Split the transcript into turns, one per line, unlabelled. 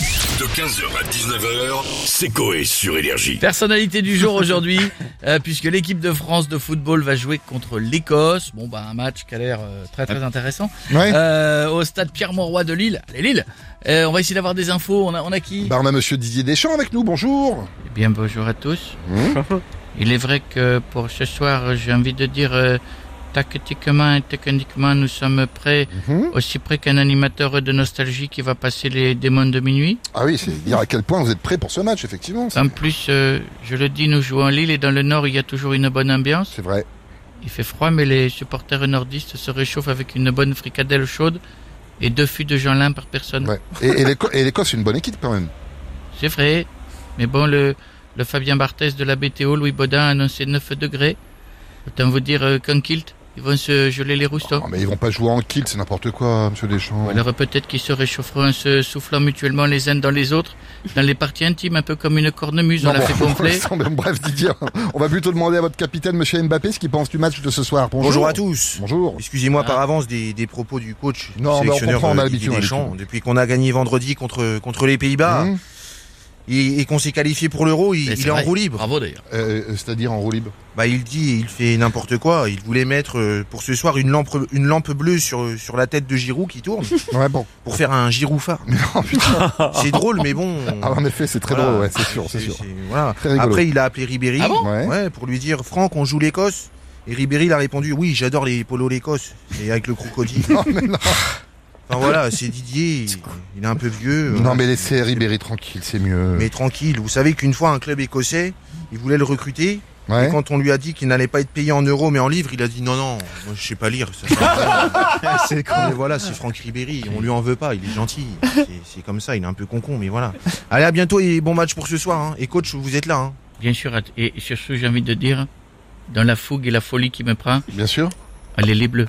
De 15h à 19h, c'est Coé sur Énergie.
Personnalité du jour aujourd'hui, euh, puisque l'équipe de France de football va jouer contre l'Écosse. Bon, bah, un match qui a l'air euh, très très intéressant.
Ouais.
Euh, au stade Pierre-Mauroy de Lille. Allez, Lille Euh, On va essayer d'avoir des infos. On a, on a qui
Bah, on a monsieur Didier Deschamps avec nous, bonjour.
Eh bien, bonjour à tous.
Mmh.
Il est vrai que pour ce soir, j'ai envie de dire, euh, tactiquement et techniquement, nous sommes prêts,
Mhm.
aussi prêts qu'un animateur de nostalgie qui va passer les démons de minuit.
Ah oui, c'est dire à quel point vous êtes prêts pour ce match, effectivement. C'est
En plus, euh, je le dis, nous jouons à Lille et dans le Nord, il y a toujours une bonne ambiance.
c'est vrai.
Il fait froid, mais les supporters nordistes se réchauffent avec une bonne fricadelle chaude et deux fûts de Jeanlin par personne.
Ouais. Et, et l'Éco- et l'Écosse, c'est une bonne équipe quand même.
C'est vrai. Mais bon, le, le Fabien Barthez de la BTO, Louis Baudin, a annoncé 9 degrés. Autant vous dire euh, qu'en kilt, ils vont se geler les roustons.
Oh, mais ils vont pas jouer en kill, c'est n'importe quoi, monsieur Deschamps.
Ou alors euh, peut-être qu'ils se réchaufferont en se soufflant mutuellement les uns dans les autres, dans les parties intimes, un peu comme une cornemuse, on
Non,
la
bon,
fait
pour
gonfler.
l'instant, mais bref, Didier, on va plutôt demander à votre capitaine, monsieur Mbappé, ce qu'il pense du match de ce soir. Bonjour,
Bonjour à tous.
Bonjour.
Excusez-moi
Ah.
par avance des, des propos du coach
Non, mais on
sélectionneur
comprend, on a
euh,
l'habitude,
Didier
on a
Deschamps. Depuis qu'on a gagné vendredi contre contre les Pays-Bas
Mmh.
et, et qu'on s'est qualifié pour l'Euro, il,
Mais
il
c'est
est en
vrai.
roue libre.
Bravo d'ailleurs.
Euh, euh, C'est-à-dire en roue libre.
Bah il dit, il fait n'importe quoi. Il voulait mettre euh, pour ce soir une lampe une lampe bleue sur sur la tête de Giroud qui tourne
Ouais, bon.
pour faire un Giroufard.
Non, putain.
C'est drôle, mais bon.
Ah, en effet, c'est très
Hum. voilà.
drôle, ouais, c'est sûr, c'est sûr.
c'est- voilà.
Très rigolo.
Après il a appelé Ribéry.
Ah bon
Ouais.
ouais, pour lui dire Franck, on joue l'Écosse. Et Ribéry il a répondu oui, j'adore les polos l'Écosse et avec le crocodile.
Non, mais non.
Enfin voilà, c'est Didier, il, il est un peu vieux.
Non,
voilà.
mais laissez Ribéry tranquille, c'est mieux.
Mais tranquille, vous savez qu'une fois un club écossais, il voulait le recruter.
Ouais.
Et quand on lui a dit qu'il n'allait pas être payé en euros mais en livres, il a dit non, non, moi je sais pas lire. ça sert à rien. Mais voilà, c'est Franck Ribéry, on lui en veut pas, il est gentil. C'est- C'est comme ça, il est un peu concon, mais voilà. Allez, à bientôt et bon match pour ce soir. hein. Et coach, vous êtes là. hein.
Bien sûr, att- et surtout j'ai envie de dire, dans la fougue et la folie qui me prend,
Bien sûr.
allez les bleus.